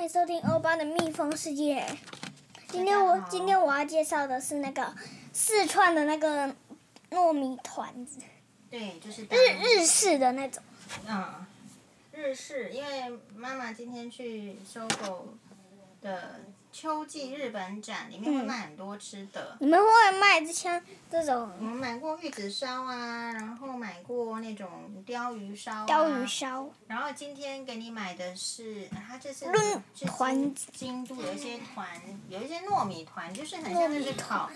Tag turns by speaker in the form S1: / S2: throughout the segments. S1: 迎收听欧巴的蜜蜂世界。今天
S2: 大
S1: 我
S2: 家好
S1: 今天我要介绍的是那个四川的那个糯米团子，
S2: 对，就是打
S1: 日日式的那种。
S2: 嗯，日式，因为妈妈今天去搜狗的秋季日本展，里面会
S1: 嗯
S2: 卖很多吃的。
S1: 你们会卖这像这
S2: 我
S1: 种
S2: 们买过玉子烧啊，然后买过那种鲷鱼烧、啊，
S1: 鲷鱼烧？
S2: 然后今天给你买的是，啊它这是
S1: 论
S2: 是
S1: 团
S2: 京京都有一些团，有一些糯米团，就是很像那
S1: 糯
S2: 是
S1: 米
S2: 烤。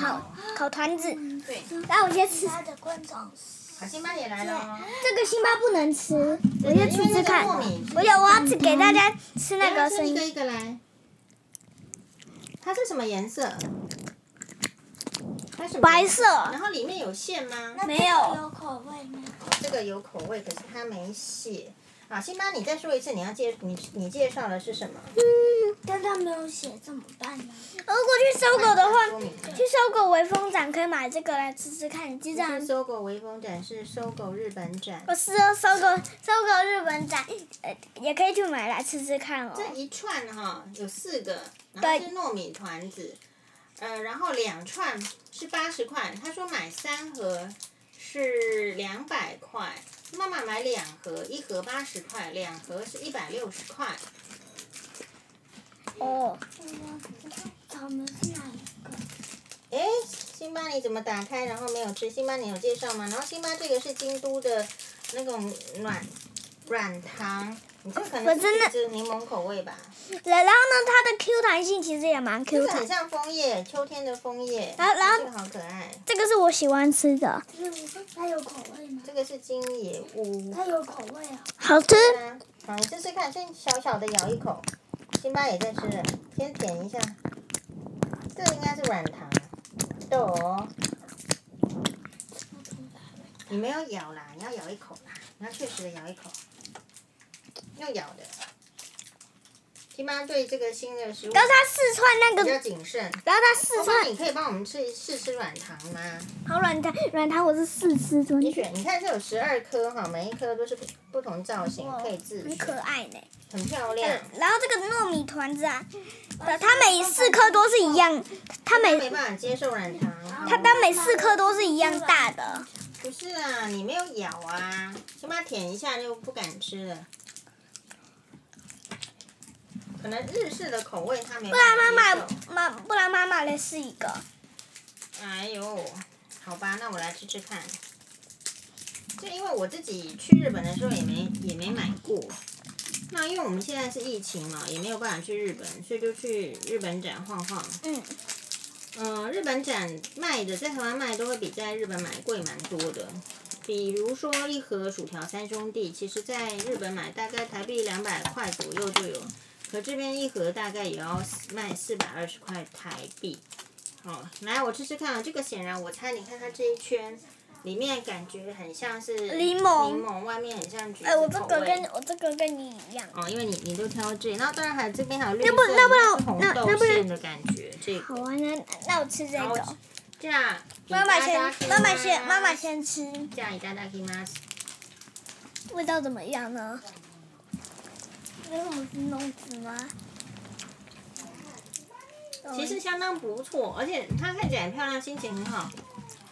S1: 烤烤团子。
S2: 嗯对，
S1: 那我先吃。
S3: 的观众
S2: 好，辛巴也来了哦。
S1: 这个辛巴不能吃，我先吃
S2: 因为
S1: 吃
S2: 那个
S1: 看。
S2: 糯米嗯
S1: 我要我要吃给大家吃那个声
S2: 一个
S1: 音。
S2: 一个来。它是什么颜色？它什么
S1: 白
S2: 颜色。
S1: 色，
S2: 然后里面有馅吗？
S1: 没有，
S3: 有口味吗？
S2: 这个有口味，可是它没写。啊，辛巴，你再说一次，你要介你你介绍的是什么？
S3: 但他没有写怎么办呢？
S1: 如果去搜狗的话
S2: 说，明
S1: 去搜狗微风展可以买这个来吃吃看，鸡
S2: 这
S1: 蛋
S2: 是搜狗微风展是搜狗日本展，
S1: 我是搜狗搜狗日本展，呃，也可以去买来吃吃看哦。
S2: 这一串哈、有四个，然
S1: 对
S2: 后是糯米团子，呃，然后两串是八十块，他说买三盒是两百块，妈妈买两盒，一盒八十块，两盒是一百六十块。
S1: 哦，
S3: 草莓是哪一个？
S2: 哎，辛巴你怎么打开然后没有吃？辛巴你有介绍吗？然后辛巴这个是京都的那种软软糖，你这可
S1: 我
S2: 能是
S1: 真的
S2: 橘子柠檬口味吧？
S1: 然后呢，它的 Q 弹性其实也蛮
S2: 这
S1: Q
S2: 个
S1: 弹
S2: 很，像枫叶，秋天的枫叶，
S1: 然后然后
S2: 这个好可爱。
S1: 这个是我喜欢吃的，
S3: 它有口味吗？
S2: 这个是金野屋。
S3: 它有口味啊！
S1: 好吃。
S2: 好，你试试看，先小小的咬一口。辛巴也在吃了，先舔一下。这应该是软糖，豆哦。你没有咬啦，你要咬一口啦，你要确实的咬一口，用咬的。辛巴对这个新的食物
S1: 然后它四川那
S2: 比
S1: 个，
S2: 较谨慎。
S1: 然后它四
S2: 欧巴，
S1: 川
S2: 你可以帮我们吃试吃软糖吗？
S1: 好软糖，软糖我是试吃吞
S2: 你
S1: 去，
S2: 选，你看这有十二颗哈，每一颗都是不不同造型，可以自
S1: 很
S2: 选，
S1: 可爱呢。
S2: 很漂
S1: 嗯
S2: 亮。
S1: 然后这个糯米团子啊，呃它每四颗都是一样，它
S2: 他没
S1: 每
S2: 办法接受软糖。
S1: 它它每四颗都是一样大的。
S2: 不是啊，你没有咬啊，起码舔一下就不敢吃了。可能日式的口味它没
S1: 不
S2: 办
S1: 然
S2: 法
S1: 妈妈
S2: 接
S1: 妈，不然妈妈来试一个。
S2: 受。哎呦，好吧，那我来吃吃看。就因为我自己去日本的时候也没也没买过，那因为我们现在是疫情嘛，也没有办法去日本，所以就去日本展晃晃。
S1: 嗯，
S2: 嗯，日本展卖的在台湾卖都会比在日本买贵蛮多的，比如说一盒薯条三兄弟，其实在日本买大概台币两百块左右就有，可这边一盒大概也要卖四百二十块台币。好，来我吃吃看啊，这个显然我猜，你看它这一圈里面感觉很像是
S1: 柠檬
S2: 柠檬外面很像橘子
S1: 哎，我这
S2: 口
S1: 个
S2: 味
S1: 跟我这个跟你一样。
S2: 哦，因为你你都挑这，那当然还有这边还有绿
S1: 那
S2: 色
S1: 不那不然
S2: 红
S1: 那那不
S2: 豆
S1: 然
S2: 馅的感觉，这个。
S1: 好啊，那那我吃这
S2: 然后
S1: 个。
S2: 这样，
S1: 妈妈先，妈妈先，妈妈
S2: 先。
S1: 先吃，
S2: 这样，いただきます。
S1: 味道怎么样呢？有什么形容词吗？嗯
S2: 其实相当不错，而且它看起来很漂亮，心情很好，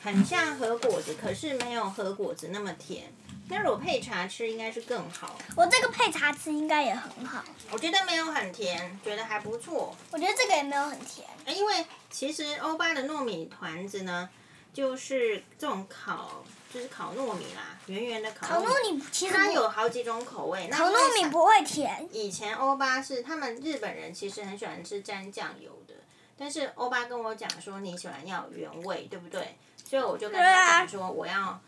S2: 很像和果子，可是没有和果子那么甜。那如果配茶吃，应该是更好。
S1: 我这个配茶吃应该也很好，
S2: 我觉得没有很甜，觉得还不错。
S1: 我觉得这个也没有很甜。
S2: 哎因为其实欧巴的糯米团子呢，就是这种烤，就是烤糯米啦，圆圆的烤
S1: 烤
S2: 糯米。
S1: 糯米其实
S2: 它
S1: 不
S2: 有好几种口味。那
S1: 烤
S2: 因为
S1: 糯米不会甜，
S2: 以前欧巴是他们日本人其实很喜欢吃沾酱油的，但是欧巴跟我讲说你喜欢要原味，对不对？所以我就跟
S1: 对啊
S2: 他讲说我要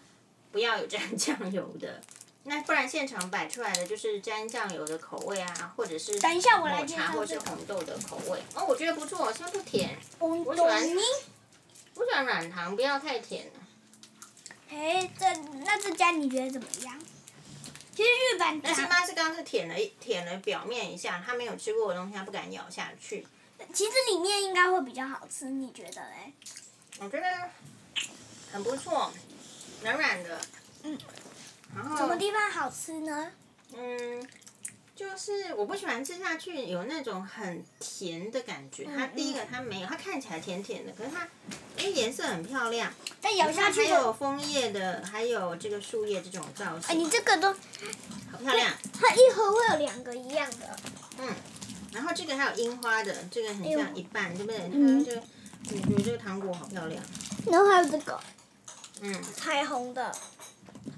S2: 不要有沾酱油的， 那不然现场摆出来的就是沾酱油的口味啊，或者是
S1: 等一下我来
S2: 抹
S1: 介
S2: 茶
S1: 绍
S2: 或是
S1: 这个
S2: 红豆的口味。哦，我觉得不错，像不甜，
S1: 红
S2: 我喜
S1: 豆
S2: 欢
S1: 泥。
S2: 我喜欢软糖，不要太甜了。
S1: 哎，这那这家你觉得怎么样？其实日本
S2: 那辛
S1: 茶，
S2: 巴是刚刚是舔了一舔了表面一下，他没有吃过的东西，他不敢咬下去。
S1: 其实里面应该会比较好吃，你觉得嘞？
S2: 我觉得很不错，软软的。
S1: 嗯。
S2: 然
S1: 什
S2: 后
S1: 么地方好吃呢？
S2: 嗯，就是我不喜欢吃下去有那种很甜的感
S1: 嗯
S2: 觉。它第一个它没有，它看起来甜甜的，可是它因为颜色很漂亮，
S1: 再咬哎下去
S2: 还有
S1: 就，
S2: 枫叶的，还有这个树叶这种造
S1: 哎，你
S2: 型，
S1: 这个都，
S2: 好漂亮。
S1: 它一盒会有两个一样的，
S2: 然后这个还有樱花的，这个很
S1: 哎呦
S2: 像一半，对不对？
S1: 嗯
S2: 它这个，你觉得这个糖果好漂亮？
S1: 然后还有这个
S2: 嗯
S1: 彩虹的，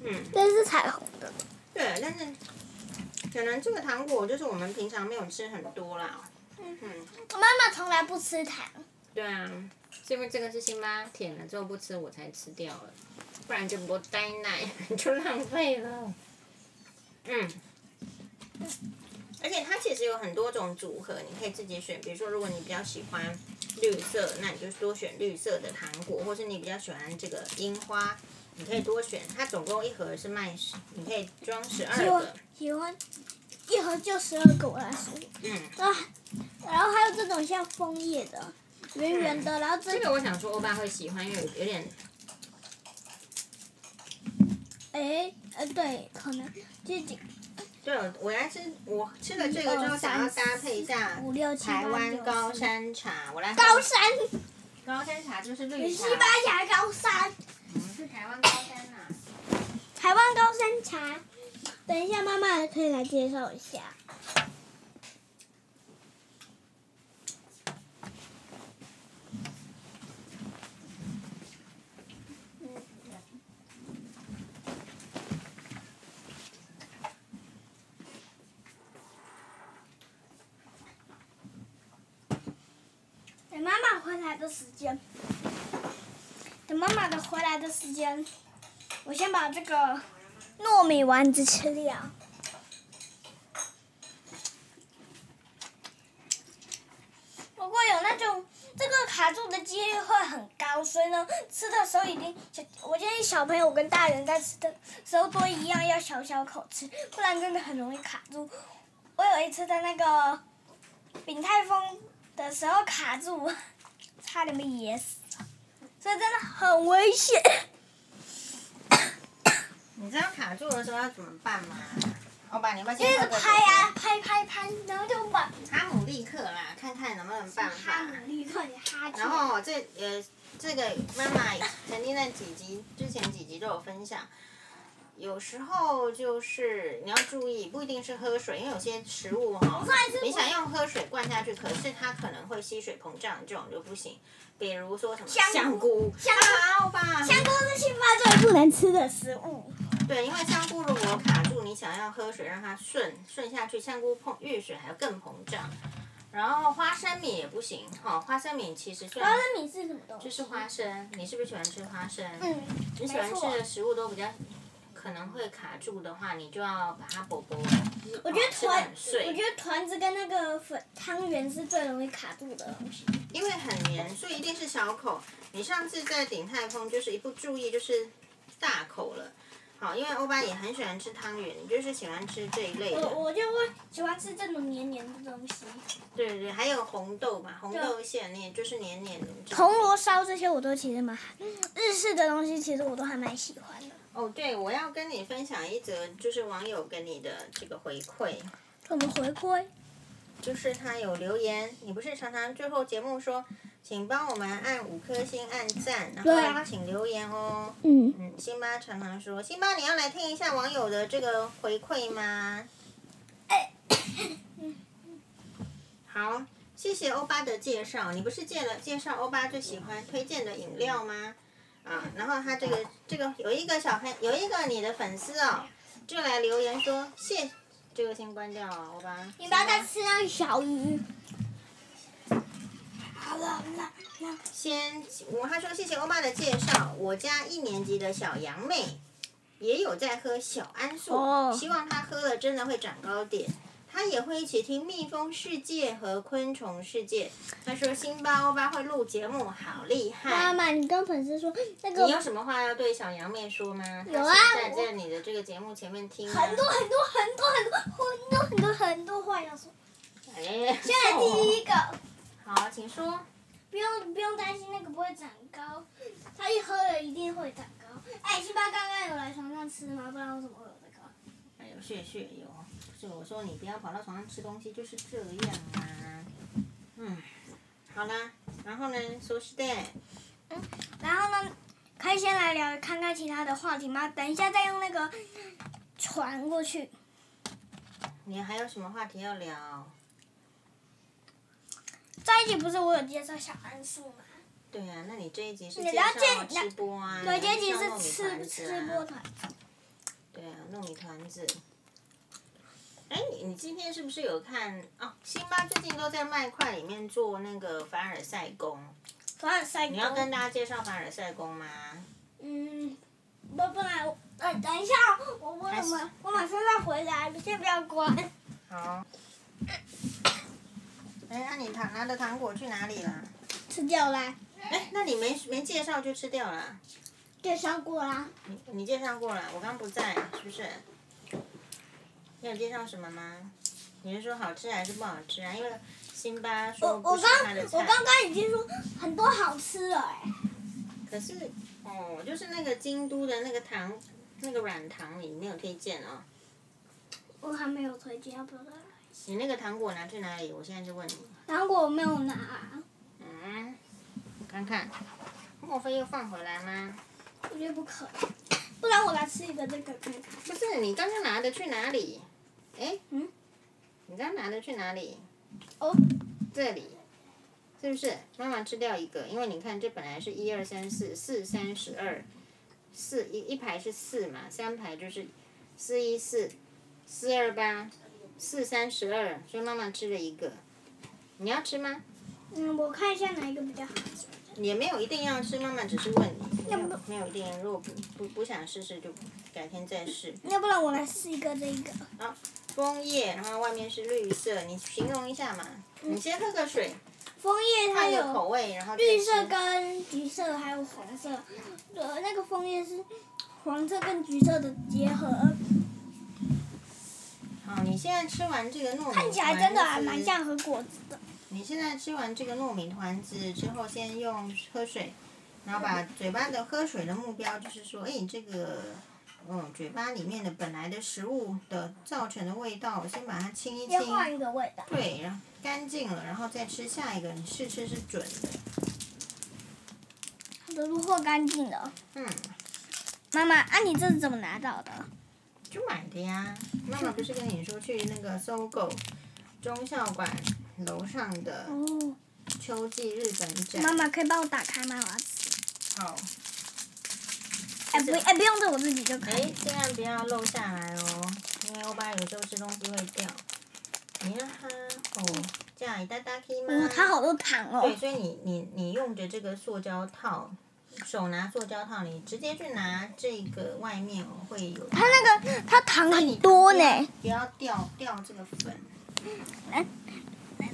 S2: 嗯，
S1: 这是彩虹的，
S2: 对，但是可能这个糖果就是我们平常没有吃很多啦。嗯，
S1: 我妈妈从来不吃糖，
S2: 对啊，是因为这个是辛巴舔了之后不吃，我才吃掉了，不然就不带奶， 就浪费了。嗯。而且它其实有很多种组合，你可以自己选。比如说，如果你比较喜欢绿色，那你就多选绿色的糖果；或是你比较喜欢这个樱花，你可以多选。它总共一盒是卖十，你可以装十二
S1: 喜欢
S2: 个。
S1: 喜欢，一盒就十二个，我来数，
S2: 嗯，
S1: 然后然后还有这种像枫叶的，圆圆的，然后这
S2: 这，个我想说欧巴会喜欢，因为有点
S1: 哎，呃，对，可能就几
S2: 对，我来吃，我吃了这个之后，想要搭配一下
S1: 五六七八
S2: 台
S1: 九十
S2: 湾高山茶。我来喝
S1: 高山，
S2: 高山茶就是绿茶
S1: 西，班牙高山。
S2: 我们是台湾高山呐、
S1: 台湾高山茶。等一下，妈妈可以来介绍一下。等妈妈回来的时间，等妈妈的回来的时间，我先把这个糯米丸子吃掉。如果有那种这个卡住的几率会很高，所以呢，吃的时候一定小，我建议小朋友跟大人在吃的时候都一样，要小小口吃，不然真的很容易卡住。我有一次在那个丙泰丰的时候卡住，差点被噎死，所以真的很危险。
S2: 你知道卡住的时候要怎么办吗？欧巴，你要不要
S1: 就
S2: 先
S1: 是
S2: 喝个
S1: 拍嗯呀、拍拍拍，然后就把
S2: 哈姆立克啦，看看能不能办
S3: 哈
S2: 法。
S3: 姆立克你哈欠
S2: 然后这呃，这个妈妈曾经在几集之前几集都有分享，有时候就是你要注意，不一定是喝水，因为有些食物哈
S1: 我上一次，
S2: 你想用喝水灌下去，可是它可能会吸水膨胀，这种就不行。比如说什么
S1: 香
S2: 菇，
S1: 香
S2: 菇吧，
S1: 香菇是辛巴最不能吃的食物。
S2: 对，因为香菇如果卡住，你想要喝水让它顺顺下去，香菇碰遇水还要更膨胀。然后花生米也不行，哈、花生米其实虽然
S1: 米是什么东西？
S2: 就是花生，你是不是喜欢吃花生？
S1: 嗯，
S2: 你喜欢吃的食物都比较可能会卡住的话，你就要把它剥剥。
S1: 我觉得
S2: 吃得
S1: 团，
S2: 很
S1: 我觉
S2: 碎，
S1: 得团子跟那个粉汤圆是最容易卡住的东西。
S2: 因为很黏，所以一定是小口。你上次在鼎泰丰就是一不注意就是大口了。好，因为欧巴也很喜欢吃汤圆，你就是喜欢吃这一类
S1: 我
S2: 的。
S1: 我就会喜欢吃这种黏黏的东西，
S2: 对对对，还有红豆嘛，红豆馅你也就是黏黏的。
S1: 铜锣烧这些我都其实蛮日式的东西，其实我都还蛮喜欢的。
S2: 哦，对，我要跟你分享一则，就是网友给你的这个回馈。
S1: 我们回归，
S2: 就是他有留言，你不是常常最后节目说，请帮我们按五颗星按赞，
S1: 对
S2: 然
S1: 啊
S2: 后请留言哦。
S1: 嗯，
S2: 嗯，辛巴常常说，辛巴你要来听一下网友的这个回馈吗？好，谢谢欧巴的介绍。你不是介了介绍欧巴最喜欢推荐的饮料吗？啊，然后他这个这个有一个小朋有一个你的粉丝哦，就来留言说谢，这个先关掉啊，欧巴。
S1: 你不要再吃那个小鱼。
S3: 好了好了，那
S2: 先，我他说谢谢欧妈的介绍，我家一年级的小杨妹也有在喝小桉树，
S1: 哦
S2: 希望她喝了真的会长高点。她也会一起听《蜜蜂世界》和《昆虫世界》。她说辛巴欧巴会录节目，好厉
S1: 妈
S2: 害！
S1: 妈，你跟粉丝说那个
S2: 你有什么话要对小杨妹说吗？
S1: 有啊
S2: 她是在
S1: 我
S2: 在你的这个节目前面听啊吗
S1: 很多很多很多很多很多很多很多话要说。
S2: 哎，
S1: 现在第一个，
S2: 好，请说。
S1: 不用不用担心那个不会长高，它一喝了一定会长高。哎，辛巴刚刚有来床上吃吗？不然我怎么会有这个？
S2: 哎呦，血血有，不是我说你不要跑到床上吃东西，就是这样啊。嗯，好啦，然后呢，收拾的，
S1: 然后呢，可以先来聊看看其他的话题吗？等一下再用那个传过去。
S2: 你还有什么话题要聊？
S1: 在一哎起不是我有介绍小桉树吗？
S2: 对呀、啊，那你这一集是
S1: 你
S2: 介
S1: 聊
S2: 绍
S1: 这
S2: 吃播啊，
S1: 对，
S2: 介
S1: 这集
S2: 绍
S1: 是
S2: 糯米
S1: 吃
S2: 团子
S1: 吃
S2: 啊
S1: 播团。
S2: 对啊，糯米团子。哎，你你今天是不是有看哦？辛巴最近都在麦块里面做那个凡尔赛宫，
S1: 凡尔赛
S2: 你要
S1: 宫
S2: 跟。大家介绍凡尔赛宫吗？
S1: 嗯，不，不然我呃，等一下，我我
S2: 还
S1: 怎
S2: 是
S1: 么我马上再回来，先不要关。
S2: 好。哎，那你糖拿的糖果去哪里了？
S1: 吃掉啦，
S2: 哎，那你没没介绍就吃掉了。啊
S1: 介绍过啦。
S2: 你你介绍过了，我刚不在，是不是？你有介绍什么吗？你是说好吃还是不好吃啊？因为辛巴
S1: 我
S2: 说
S1: 我
S2: 不是
S1: 刚
S2: 他的菜。
S1: 我刚刚已经说很多好吃了哎、
S2: 可是，哦，就是那个京都的那个糖，那个软糖，你没有推荐哦。
S1: 我还没有推荐，要不要再来？
S2: 你那个糖果拿去哪里？我现在就问你。
S1: 糖果我没有拿，
S2: 嗯，我看看，莫非又放回来吗？
S1: 我觉得不可能。不然我来吃一个这个看看。
S2: 不是，你刚刚拿的去哪里？哎，
S1: 嗯，
S2: 你刚刚拿的去哪里？
S1: 哦，
S2: 这里，是不是？妈妈吃掉一个，因为你看这本来是一二三四四三十二，四一一排是四嘛，三排就是四一四四二八四三十二，所以妈妈吃了一个。你要吃吗？
S1: 嗯，我看一下哪一个比较好吃。
S2: 也没有一定要吃，妈妈只是问你，没
S1: 要不
S2: 有没有一定，如果不不不想试试就改天再试。
S1: 要不然我来试一个这一个。
S2: 枫叶，然后外面是绿色，你形容一下嘛。你先喝个水，
S1: 枫叶它
S2: 换
S1: 嗯
S2: 个
S1: 有
S2: 口味，然后再
S1: 绿色
S2: 吃
S1: 跟橘色还有黄色，呃，那个枫叶是黄色跟橘色的结合，
S2: 好，啊你现在吃完这个糯米，
S1: 看起来真的还蛮。像和果子的。
S2: 你现在吃完这个糯米团子之后，先用喝水，然后把嘴巴的喝水的目标就是说，哎，这个，嗯，嘴巴里面的本来的食物的造成的味道，先把它清一清
S1: 先，换一个味道。
S2: 对，然后干净了，然后再吃下一个，你试吃是准的。
S1: 它的落干净了。
S2: 嗯，
S1: 妈妈，啊，你这是怎么拿到的？
S2: 就买的呀。妈妈不是跟你说去那个搜狗中校馆楼上的
S1: 哦，
S2: 秋季日本
S1: 妈
S2: 展，
S1: 妈可以帮我打开吗？我要吃。
S2: 好。
S1: 哎不，哎不用这我自己就可
S2: 哎
S1: 以。，
S2: 尽量不要漏下来哦，因为欧巴有时候吃东西会掉。你让它哦，这样一大大可以吗？
S1: 哇，哦它好多糖
S2: 对，
S1: 哦。
S2: 所以你你你用着这个塑胶套，手拿塑胶套，你直接去拿这个外面哦会有，
S1: 它那个它糖很多呢。
S2: 不要掉掉这个粉。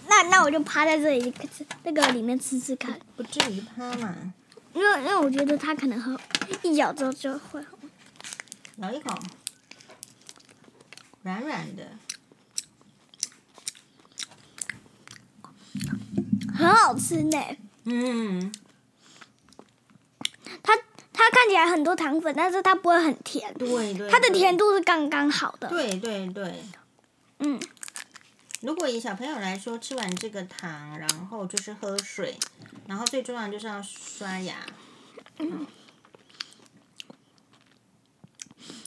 S1: 那那我就趴在这里吃那个里面吃吃看，
S2: 不至于趴嘛，
S1: 因为因为我觉得它可能很一咬之后就会很
S2: 咬一口，软软的，
S1: 很好吃呢。
S2: 嗯，
S1: 它它看起来很多糖粉，但是它不会很甜，
S2: 对对，
S1: 它的
S2: 对
S1: 甜，度是刚刚好的。
S2: 对对对。
S1: 嗯，
S2: 如果以小朋友来说，吃完这个糖，然后就是喝水，然后最重要的就是要刷牙。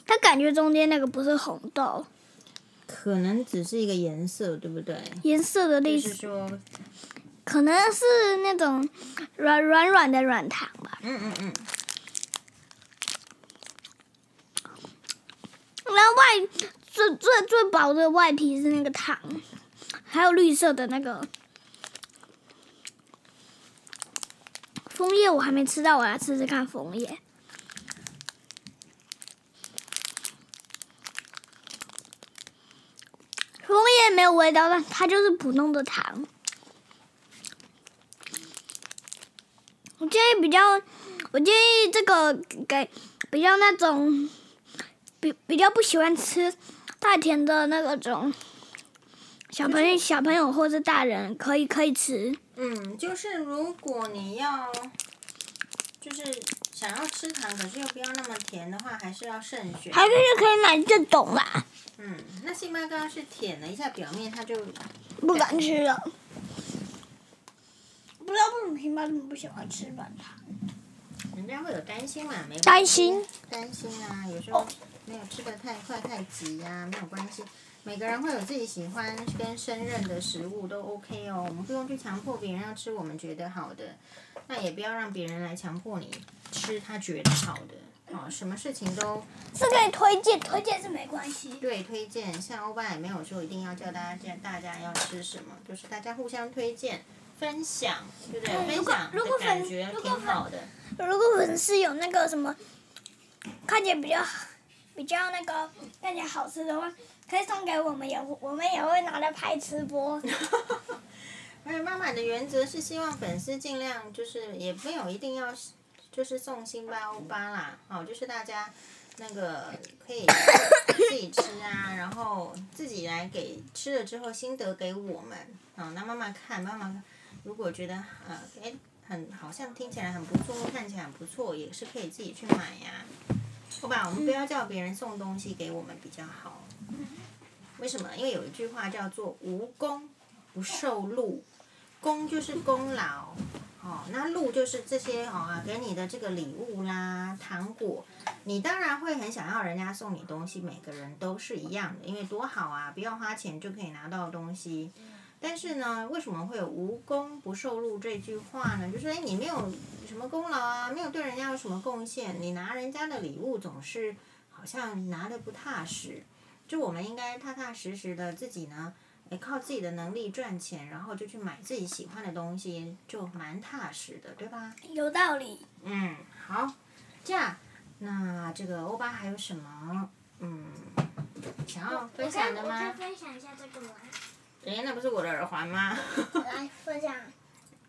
S1: 它感觉中间那个不是红豆
S2: 可能只是一个颜色，对不对？
S1: 颜色的
S2: 就
S1: 历
S2: 是
S1: 史。
S2: 说，
S1: 可能是那种软软软的软糖吧。
S2: 嗯嗯嗯，
S1: 然后外最最最薄的外皮是那个糖，还有绿色的那个枫叶，我还没吃到，我来吃吃看枫叶。枫叶没有味道，但它就是普通的糖。我建议比较，我建议这个给比较那种比比较不喜欢吃太甜的那种小朋友、小朋友或是大人可以可以吃。
S2: 嗯，就是如果你要，就是想要吃糖，可是又不要那么甜的话，还是要慎选。
S1: 还是可以买这种啦，
S2: 嗯，那杏鲍糕是舔了一下表面，它就
S1: 不敢吃了。不知道为什么平爸这么不喜欢吃软糖，
S2: 人家会有担心嘛，没关系
S1: 担心哦
S2: 担心啊，有时候没有吃的太快太急呀、没有关系。每个人会有自己喜欢跟胜任的食物都 OK 哦，我们不用去强迫别人要吃我们觉得好的，那也不要让别人来强迫你吃他觉得好的哦。什么事情都
S1: 是可以推荐，推荐是没关系。
S2: 对推荐，像欧巴也没有说一定要叫大家叫大家要吃什么，就是大家互相推荐。分享，对不
S1: 嗯
S2: 对？
S1: 如
S2: 分
S1: 果
S2: 享
S1: 如果
S2: 的感
S1: 粉
S2: 觉
S1: 如果
S2: 挺好的。
S1: 如果粉丝有那个什么，看起来比较比较那个看起来好吃的话，可以送给我们也，我们也会拿来拍吃播。
S2: 而且妈妈的原则是希望粉丝尽量就是也没有一定要是就是送辛巴欧巴啦，哦，就是大家那个可以自己吃啊，然后自己来给吃了之后心得给我们，哦，那妈妈看妈妈如果觉得呃哎很好像听起来很不错，看起来很不错，也是可以自己去买呀、好吧，我们不要叫别人送东西给我们比较好。为什么？因为有一句话叫做“无功不受禄”，功就是功劳，哦，那禄就是这些哦啊给你的这个礼物啦、糖果，你当然会很想要人家送你东西，每个人都是一样的，因为多好啊，不用花钱就可以拿到东西。但是呢，为什么会有“无功不受禄”这句话呢？就是哎，你没有什么功劳啊，没有对人家有什么贡献，你拿人家的礼物总是好像拿的不踏实。就我们应该踏踏实实的自己呢，哎，靠自己的能力赚钱，然后就去买自己喜欢的东西，就蛮踏实的，对吧？
S1: 有道理，
S2: 嗯，好，这样，那这个欧巴还有什么嗯想要哦分享的
S3: 我可以
S2: 吗？
S3: 分享一下这个吗？
S2: 哎，那不是我的耳环吗？
S3: 来分享。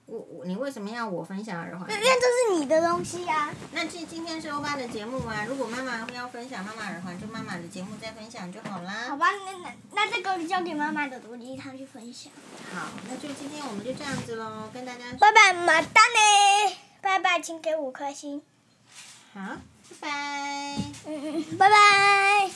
S2: 我我你为什么要我分享耳环？
S1: 因为这是你的东西啊呀、
S2: 那这今天是欧巴的节目啊，如果妈妈要分享妈妈耳环，就妈妈的节目再分享就好
S1: 好
S3: 嗯
S2: 啦。
S1: 吧，那那那这个交给妈妈的独立，她去分享。
S2: 好，那就今天我们就这样子喽，跟大家说
S1: 拜拜，马丹呢？拜拜，请给五颗星。
S2: 好，拜拜。
S1: 嗯嗯嗯，拜拜。